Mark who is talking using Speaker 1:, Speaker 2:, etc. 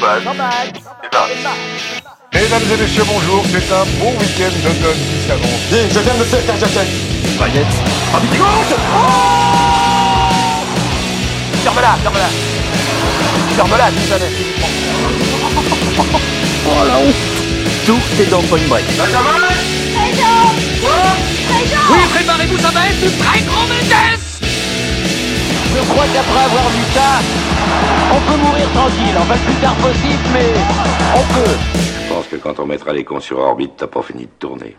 Speaker 1: balle. C'est ça.
Speaker 2: Mesdames et messieurs, bonjour, c'est un bon week-end d'automne qui s'avance.
Speaker 3: Dis, je viens de me faire cardiaque.
Speaker 4: Payet. Oh, mais tu comptes
Speaker 1: Ferme-la, ferme-la. Ferme-la, tu savais.
Speaker 4: Oh la honte Tout est dans Point Break.
Speaker 5: Oui, préparez-vous, ça va être une très grande vitesse
Speaker 6: Je crois qu'après avoir vu ça, on peut mourir tranquille. Enfin, le plus tard possible, mais on peut.
Speaker 7: Je pense que quand on mettra les cons sur orbite, t'as pas fini de tourner.